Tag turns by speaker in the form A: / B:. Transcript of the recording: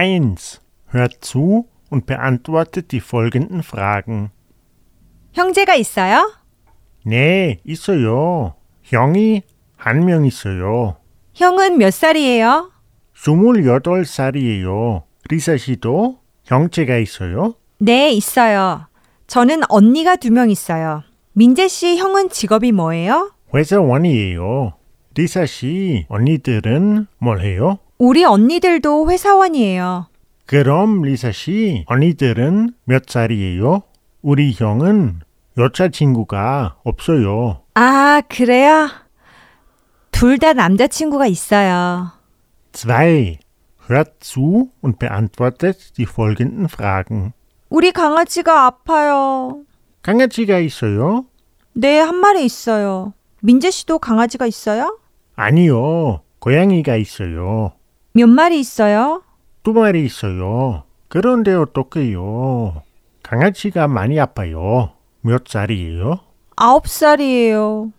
A: 1. Hört zu und beantwortet die folgenden Fragen.
B: 형제가 있어요?
A: 네, 있어요. 형이 한 명 있어요.
B: 형은 몇 살이에요?
A: 28살이에요. 리사 씨도 형제가 있어요?
B: 네, 있어요. 저는 언니가 두 명 있어요. 민재 씨 형은 직업이 뭐예요?
A: 회사원이에요. 리사 씨 언니들은 뭘 해요?
B: 우리 언니들도 회사원이에요.
A: 그럼 리사 씨 언니들은 몇 살이에요? 우리 형은 여자친구가 없어요.
B: 아, 그래요? 둘 다 남자친구가 있어요.
A: 2. Hört zu und beantwortet die folgenden Fragen.
B: 우리 강아지가 아파요.
A: 강아지가 있어요?
B: 네, 한 마리 있어요. 민재 씨도 강아지가 있어요?
A: 아니요. 고양이가 있어요.
B: 몇 마리 있어요?
A: 두 마리 있어요. 그런데 어떡해요? 강아지가 많이 아파요. 몇 살이에요?
B: 아홉 살이에요.